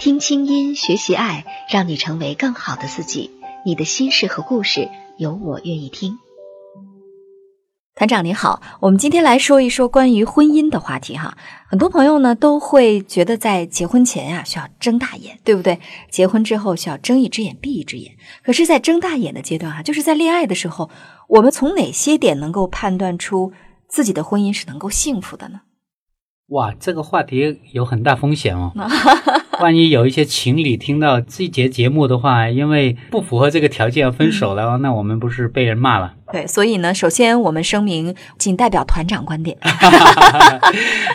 听清音，学习爱，让你成为更好的自己。你的心事和故事，有我愿意听。团长您好，我们今天来说一说关于婚姻的话题哈。很多朋友呢都会觉得在结婚前呀、需要睁大眼，对不对？结婚之后需要睁一只眼闭一只眼。可是，在睁大眼的阶段哈、就是在恋爱的时候，我们从哪些点能够判断出自己的婚姻是能够幸福的呢？哇，这个话题有很大风险哦。 万一有一些情侣听到这节节目的话，因为不符合这个条件分手了，那我们不是被人骂了？ 对，所以呢，首先我们声明，仅代表团长观点。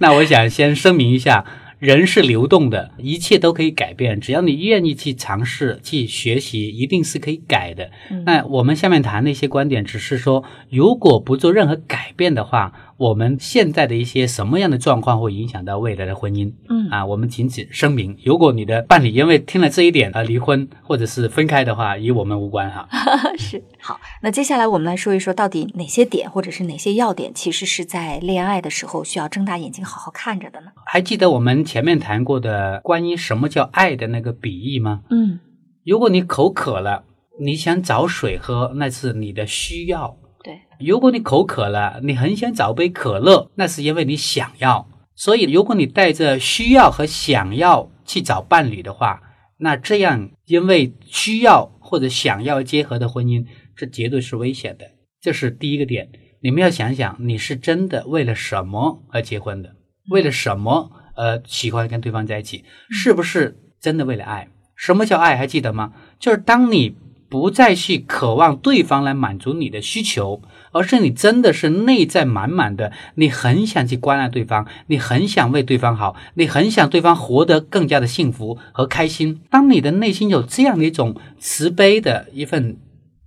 那我想先声明一下，人是流动的，一切都可以改变，只要你愿意去尝试、去学习，一定是可以改的。嗯那我们下面谈的一些观点，只是说，如果不做任何改变的话，我们现在的一些什么样的状况会影响到未来的婚姻？嗯啊，我们仅此声明。如果你的伴侣因为听了这一点而离婚或者是分开的话，与我们无关哈。 是好，那接下来我们来说一说，到底哪些点或者是哪些要点，其实是在恋爱的时候需要睁大眼睛好好看着的呢？还记得我们前面谈过的关于什么叫爱的那个比喻吗？嗯，如果你口渴了，你想找水喝，那是你的需要；对，如果你口渴了，你很想找杯可乐，那是因为你想要。所以，如果你带着需要和想要去找伴侣的话，那这样因为需要或者想要结合的婚姻，这绝对是危险的。这是第一个点，你们要想想，你是真的为了什么而结婚的？为了什么呃喜欢跟对方在一起？是不是真的为了爱？什么叫爱？还记得吗？就是当你不再去渴望对方来满足你的需求，而是你真的是内在满满的，你很想去关爱对方，你很想为对方好，你很想对方活得更加的幸福和开心。当你的内心有这样的一种慈悲的一份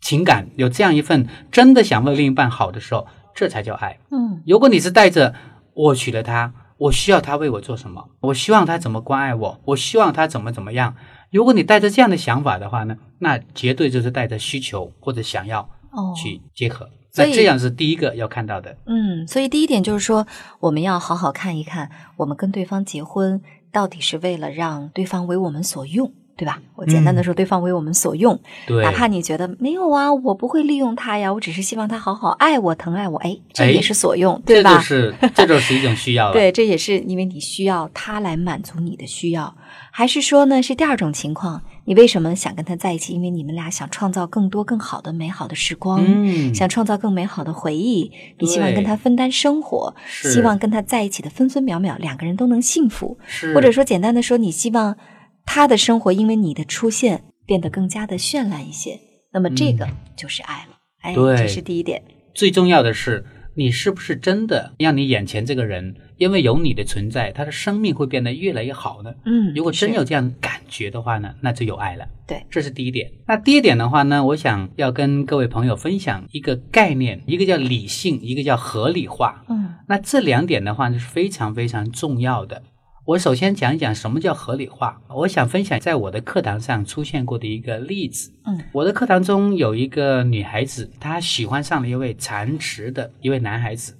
情感，有这样一份真的想为另一半好的时候，这才叫爱。嗯如果你是带着我娶了她，我需要她为我做什么，我希望她怎么关爱我，我希望她怎么怎么样。如果你带着这样的想法的话呢，那绝对就是带着需求或者想要哦去结合。所以那这样是第一个要看到的。嗯，所以第一点就是说，我们要好好看一看，我们跟对方结婚到底是为了让对方为我们所用，对吧？我简单的说，对方为我们所用，对，哪怕你觉得没有啊，我不会利用他呀，我只是希望他好好爱我、疼爱我，哎，这哎也是所用，对这吧？就是这就是一种需要 了。对，这也是因为你需要他来满足你的需要，还是说呢是第二种情况？你为什么想跟他在一起？因为你们俩想创造更多更好的美好的时光，嗯，想创造更美好的回忆。你希望跟对他分担生活，是希望跟他在一起的分分秒秒，两个人都能幸福。是或者说简单的说，你希望他的生活因为你的出现变得更加的绚烂一些。那么这个就是爱了。哎，嗯对这是第一点。最重要的是，你是不是真的让你眼前这个人，因为有你的存在，他的生命会变得越来越好呢？嗯，如果真是有这样感觉的话呢，那就有爱了。对，这是第一点。那第二点的话呢，我想要跟各位朋友分享一个概念，一个叫理性，一个叫合理化。嗯那这两点的话呢，是非常非常重要的。我首先讲一讲什么叫合理化。我想分享在我的课堂上出现过的一个例子。嗯，我的课堂中有一个女孩子，她喜欢上了一位残迟的一位男孩子。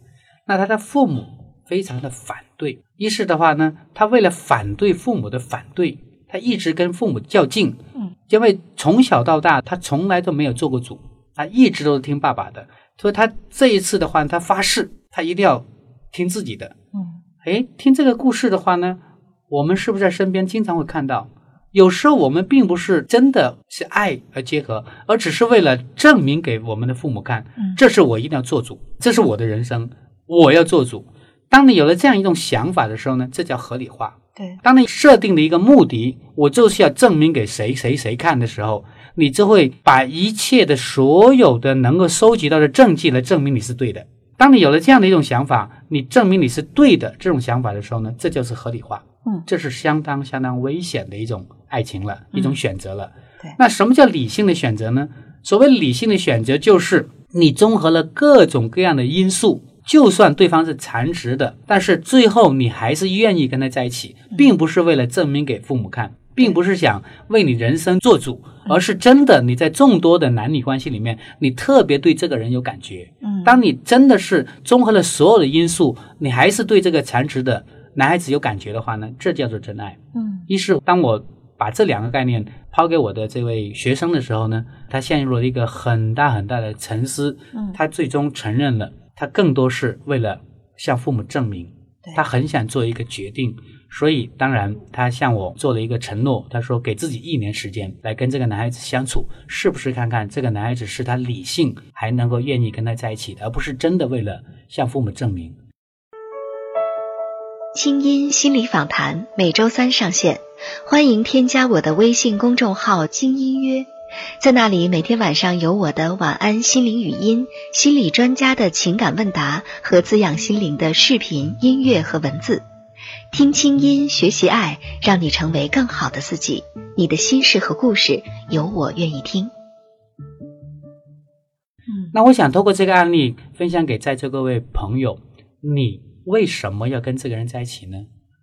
那她的父母非常的反对，于是的话呢，她为了反对父母的反对，她一直跟父母较劲。嗯，因为从小到大，她从来都没有做过主，她一直都是听爸爸的。所以她这一次的话，她发誓，她一定要听自己的。嗯哎，听这个故事的话呢，我们是不是在身边经常会看到？有时候我们并不是真的是爱而结合，而只是为了证明给我们的父母看，嗯这是我一定要做主，这是我的人生，我要做主。当你有了这样一种想法的时候呢，这叫合理化。对，当你设定了一个目的，我就是要证明给谁谁谁看的时候，你就会把一切的所有的能够收集到的证据来证明你是对的。当你有了这样的一种想法，你证明你是对的这种想法的时候呢，这就是合理化。嗯这是相当相当危险的一种爱情了，一种选择了。对那什么叫理性的选择呢？所谓理性的选择，就是你综合了各种各样的因素，就算对方是残值的，但是最后你还是愿意跟他在一起，嗯并不是为了证明给父母看，并不是想为你人生做主，嗯而是真的你在众多的男女关系里面，你特别对这个人有感觉。嗯当你真的是综合了所有的因素，你还是对这个残值的男孩子有感觉的话呢，这叫做真爱。嗯一是当我把这两个概念抛给我的这位学生的时候呢，他陷入了一个很大很大的沉思，嗯他最终承认了，他更多是为了向父母证明对，他很想做一个决定，所以当然他向我做了一个承诺，他说给自己一年时间来跟这个男孩子相处，是不是看看这个男孩子是他理性还能够愿意跟他在一起的，而不是真的为了向父母证明。清音心理访谈每周三上线，欢迎添加我的微信公众号“金音约”，在那里每天晚上有我的晚安心灵语音、心理专家的情感问答和滋养心灵的视频、音乐和文字。听清音，学习爱，让你成为更好的自己。你的心事和故事，有我愿意听。嗯那我想通过这个案例分享给在座各位朋友，你为什么要跟这个人在一起呢？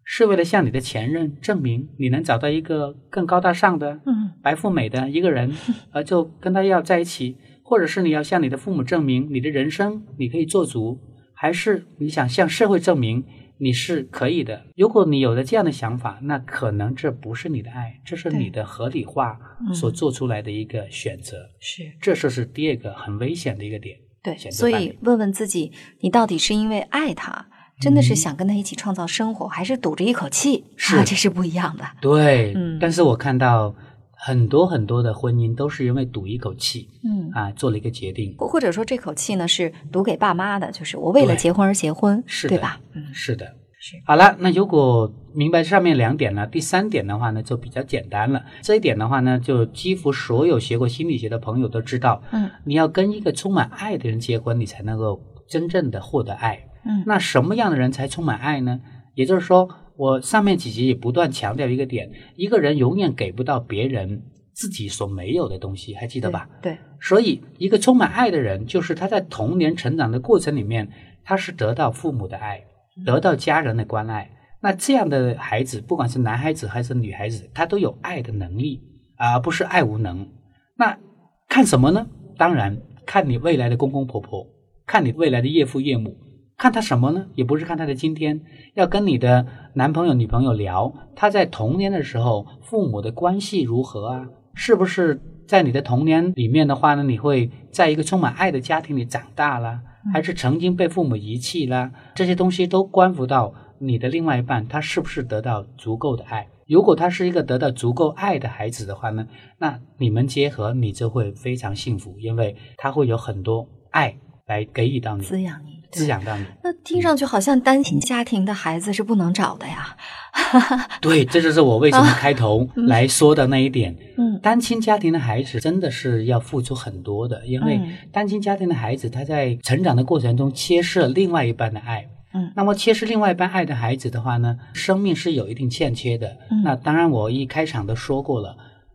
是为了向你的前任证明你能找到一个更高大上的、嗯白富美的一个人，呃，就跟他要在一起，或者是你要向你的父母证明你的人生你可以做主，还是你想向社会证明你是可以的？如果你有了这样的想法，那可能这不是你的爱，这是对你的合理化嗯所做出来的一个选择，是。这就是第二个很危险的一个点。对，选择所伴以侣问问自己，你到底是因为爱他，真的是嗯想跟他一起创造生活，还是赌着一口气？是啊，这是不一样的。对，嗯但是我看到很多很多的婚姻都是因为赌一口气嗯，啊，做了一个决定。或或者说这口气呢是赌给爸妈的，就是我为了对结婚而结婚，是对的吧？嗯，是的是。好了，那如果明白上面两点了，第三点的话呢就比较简单了。这一点的话呢，就几乎所有学过心理学的朋友都知道，嗯，你要跟一个充满爱的人结婚，你才能够真正的获得爱。嗯那什么样的人才充满爱呢？也就是说，我上面几集也不断强调一个点：一个人永远给不到别人自己所没有的东西，还记得吧？？对，对所以，一个充满爱的人，就是他在童年成长的过程里面，他是得到父母的爱，得到家人的关爱。那这样的孩子，不管是男孩子还是女孩子，他都有爱的能力，而、不是爱无能。那看什么呢？当然，看你未来的公公婆婆，看你未来的岳父岳母，看他什么呢？也不是看他的今天，要跟你的男朋友、女朋友聊，他在童年的时候父母的关系如何啊？是不是在你的童年里面的话呢，你会在一个充满爱的家庭里长大啦，还是曾经被父母遗弃啦？这些东西都关乎到你的另外一半，他是不是得到足够的爱？如果他是一个得到足够爱的孩子的话呢，那你们结合你就会非常幸福，因为他会有很多爱来给予到你，滋养你。对滋。养到你。那听上去好像单亲家庭的孩子是不能找的呀。对，这就是我为什么开头嗯来说的那一点。嗯单亲家庭的孩子真的是要付出很多的，因为嗯单亲家庭的孩子他在成长的过程中缺失了另外一半的爱。嗯那么缺失另外一半爱的孩子的话呢，生命是有一定欠缺的。嗯那当然，我一开场都说过了，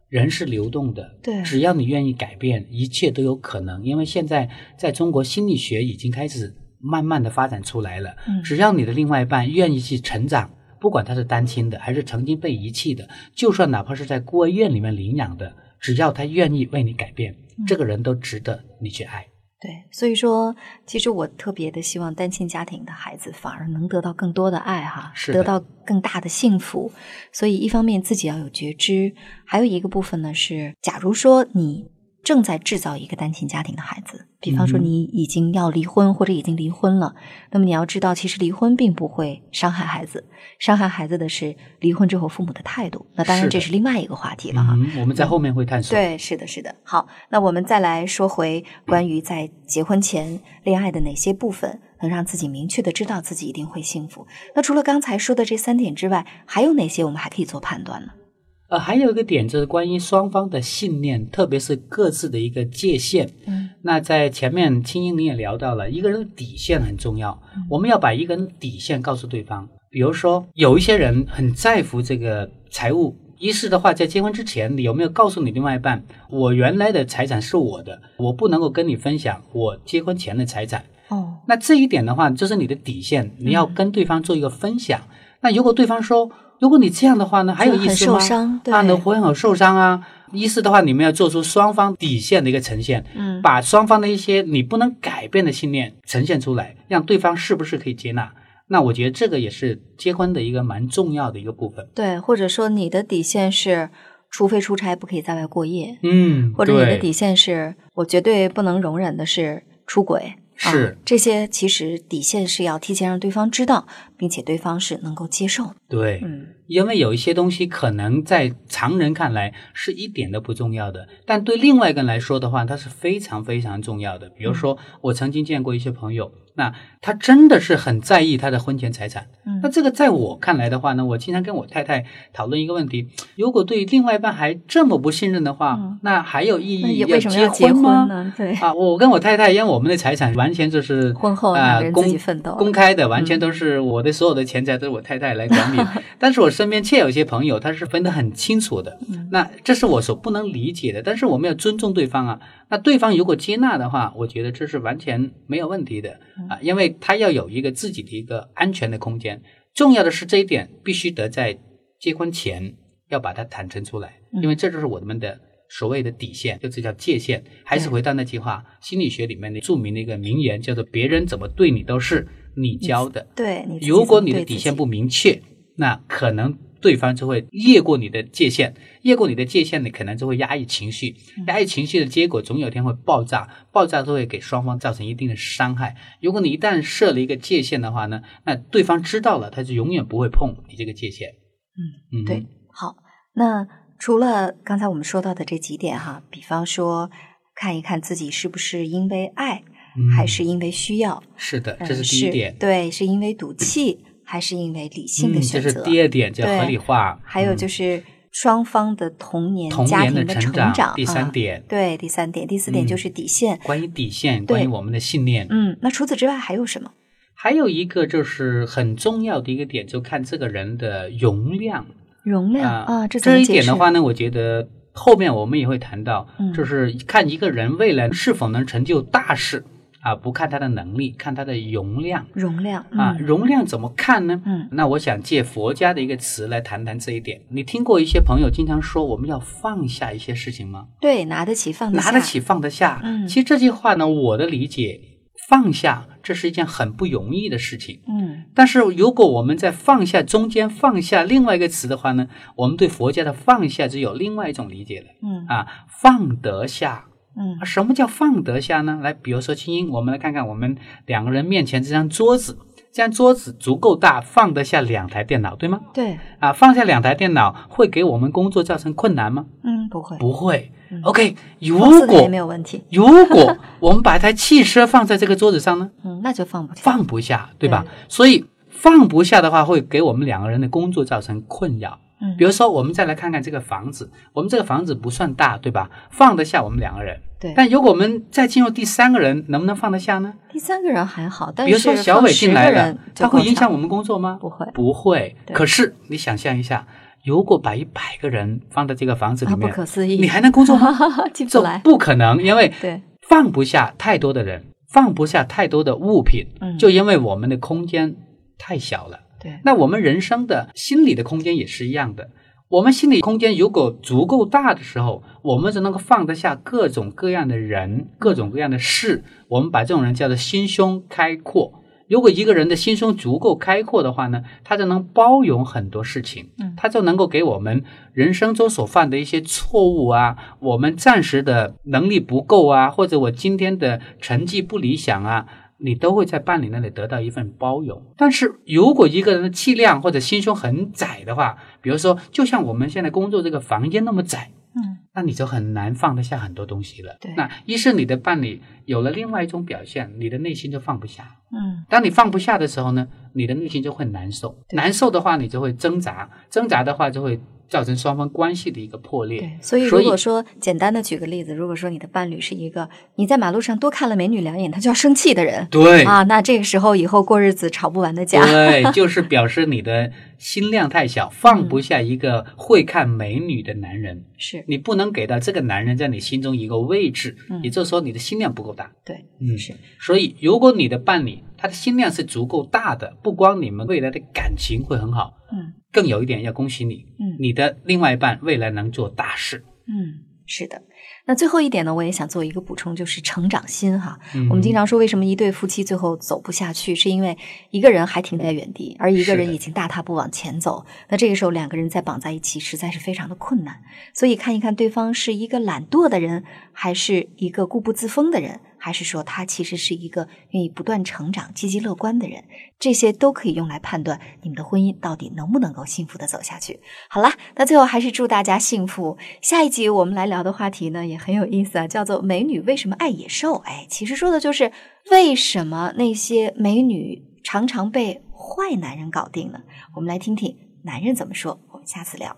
人是流动的，对只要你愿意改变，一切都有可能。因为现在在中国心理学已经开始慢慢的发展出来了，嗯只要你的另外一半愿意去成长，不管他是单亲的，还是曾经被遗弃的，就算哪怕是在孤儿院里面领养的，只要他愿意为你改变，嗯这个人都值得你去爱。对，所以说，其实我特别的希望单亲家庭的孩子反而能得到更多的爱哈，是得的到更大的幸福。所以，一方面自己要有觉知，还有一个部分呢是，假如说你正在制造一个单亲家庭的孩子，比方说嗯你已经要离婚或者已经离婚了，那么你要知道，其实离婚并不会伤害孩子，伤害孩子的是离婚之后父母的态度。那当然，是这的是另外一个话题了哈。嗯，我们在后面会探索。啊对，是的，是的。好，那我们再来说回关于在结婚前恋爱的哪些部分能让自己明确的知道自己一定会幸福。那除了刚才说的这三点之外，还有哪些我们还可以做判断呢？呃，还有一个点就是关于双方的信念，特别是各自的一个界限。嗯，那在前面青英你也聊到了，一个人的底线很重要，嗯我们要把一个人的底线告诉对方。比如说，有一些人很在乎这个财务。一是的话，在结婚之前，你有没有告诉你另外一半，我原来的财产是我的，我不能够跟你分享我结婚前的财产？哦，那这一点的话，就是你的底线，嗯你要跟对方做一个分享。那如果对方说，如果你这样的话呢，还有就意很思吗？受伤，对，啊，那会很受伤啊。一是的话，你们要做出双方底线的一个呈现，嗯，把双方的一些你不能改变的信念呈现出来，让对方是不是可以接纳？那我觉得这个也是结婚的一个蛮重要的一个部分。对，或者说你的底线是，除非出差不可以在外过夜，嗯，或者你的对底线是我绝对不能容忍的是出轨。是啊、这些其实底线是要提前让对方知道，并且对方是能够接受的。对，嗯，因为有一些东西可能在常人看来是一点都不重要的，但对另外一个人来说的话，它是非常非常重要的。比嗯如说，我曾经见过一些朋友，那他真的是很在意他的婚前财产。嗯那这个在我看来的话呢，我经常跟我太太讨论一个问题：如果对另外一半还这么不信任的话，嗯那还有意那义也为什么要结结婚吗？婚呢？对，啊，我跟我太太，因为我们的财产完全就是婚后两啊个人自公己奋斗了公开的，完全都是我的所有的钱财都是我太太来管理。但是我身边确有一些朋友，他是分得很清楚的。那这是我所不能理解的，但是我们要尊重对方啊。那对方如果接纳的话，我觉得这是完全没有问题的啊，因为他要有一个自己的一个安全的空间。重要的是这一点必须得在结婚前要把它坦诚出来，因为这就是我们的所谓的底线，就这叫界限。还是回到那句话，心理学里面的著名的一个名言，叫做“别人怎么对你都是你教的对你”。自己如果怎么你的对底自线己不明确，那可能对方就会越过你的界限，越过你的界限，你可能就会压抑情绪，嗯压抑情绪的结果总有一天会爆炸，爆炸就会给双方造成一定的伤害。如果你一旦设了一个界限的话呢，那对方知道了，他就永远不会碰你这个界限。嗯对，好，那除了刚才我们说到的这几点哈，比方说看一看自己是不是因为爱，嗯还是因为需要，是的，呃这是第一点。对，是因为赌气，还是因为理性嗯，的这选是择？第二点，叫对合理化。嗯还有就是是双方的童年、童家年庭成成长。第三啊，点，对，第三点，第四点嗯就是底线。关于底线，对关于我们的信念。嗯，那除此之外还有什么？还有一个就是很重要的一个点，就看这个人的容量容量啊、啊。这怎这么一解点释？的话呢，我觉得后面我们也会谈到嗯，就是看一个人未来是否能成就大事啊，不看他的能力，看他的容量。容量啊，嗯容量怎么看呢？嗯那我想借佛家的一个词来谈谈这一点。你听过一些朋友经常说我们要放下一些事情吗？对，拿得起放得下，拿得起放得下。嗯其实这句话呢，我的理解，放下这是一件很不容易的事情。嗯，但是如果我们在放下中间放下另外一个词的话呢，我们对佛家的放下就有另外一种理解了嗯啊，放得下。嗯啊什么叫放得下呢？来，比如说青音，我们来看看我们两个人面前这张桌子，这张桌子足够大，放得下两台电脑，对吗？对，啊，放下两台电脑会给我们工作造成困难吗？嗯，不会，不会嗯。 OK，如放肆的也果没有问题，如果我们把一台汽车放在这个桌子上呢，嗯，那就放不下，放不下，对吧对？所以放不下的话，会给我们两个人的工作造成困扰。嗯比如说，我们再来看看这个房子，我们这个房子不算大，对吧？放得下我们两个人。对。但如果我们再进入第三个人，能不能放得下呢？第三个人还好，但比如说是小放伟10进嗯个来了人，就他会够影呛响我们工作吗？不会不会。对可是你想象一下，如果把一百个人放在这个房子啊，里不面，可思议，你还能工作吗？ 进不这来，不可能，因为对，放不下太多的人，放不下太多的物品，嗯就因为我们的空间太小了。对，那我们人生的心理的空间也是一样的。我们心理空间如果足够大的时候，我们就能够放得下各种各样的人、各种各样的事。我们把这种人叫做心胸开阔。如果一个人的心胸足够开阔的话呢，他就能包容很多事情嗯，他就能够给我们人生中所犯的一些错误啊，我们暂时的能力不够啊，或者我今天的成绩不理想啊，你都会在伴侣那里得到一份包容。但是如果一个人的气量或者心胸很窄的话，比如说，就像我们现在工作这个房间那么窄，嗯那你就很难放得下很多东西了。对那一是你的伴侣有了另外一种表现，你的内心就放不下。嗯当你放不下的时候呢，你的内心就会难受，难受的话你就会挣扎，挣扎的话就会造成双方关系的一个破裂。对，所以如果说简单的举个例子，如果说你的伴侣是一个你在马路上多看了美女两眼，他就要生气的人，对啊，那这个时候以后过日子吵不完的架。对，就是表示你的心量太小，放不下一个会看美女的男人，是你不能给到这个男人在你心中一个位置，嗯也就是说你的心量不够大。对，嗯是所以，如果你的伴侣他的心量是足够大的，不光你们未来的感情会很好，嗯更有一点要恭喜你，嗯你的另外一半未来能做大事。嗯，是的。那最后一点呢，我也想做一个补充，就是成长心哈。嗯我们经常说，为什么一对夫妻最后走不下去，是因为一个人还停在原地，而一个是人的已经大踏步往前走。那这个时候，两个人再绑在一起，实在是非常的困难。所以，看一看对方是一个懒惰的人，还是一个固步自封的人，还是说他其实是一个愿意不断成长、积极乐观的人，这些都可以用来判断你们的婚姻到底能不能够幸福的走下去。好啦，那最后还是祝大家幸福。下一集我们来聊的话题呢也很有意思啊，叫做“美女为什么爱野兽”。哎，其实说的就是为什么那些美女常常被坏男人搞定呢？我们来听听男人怎么说。我们下次聊。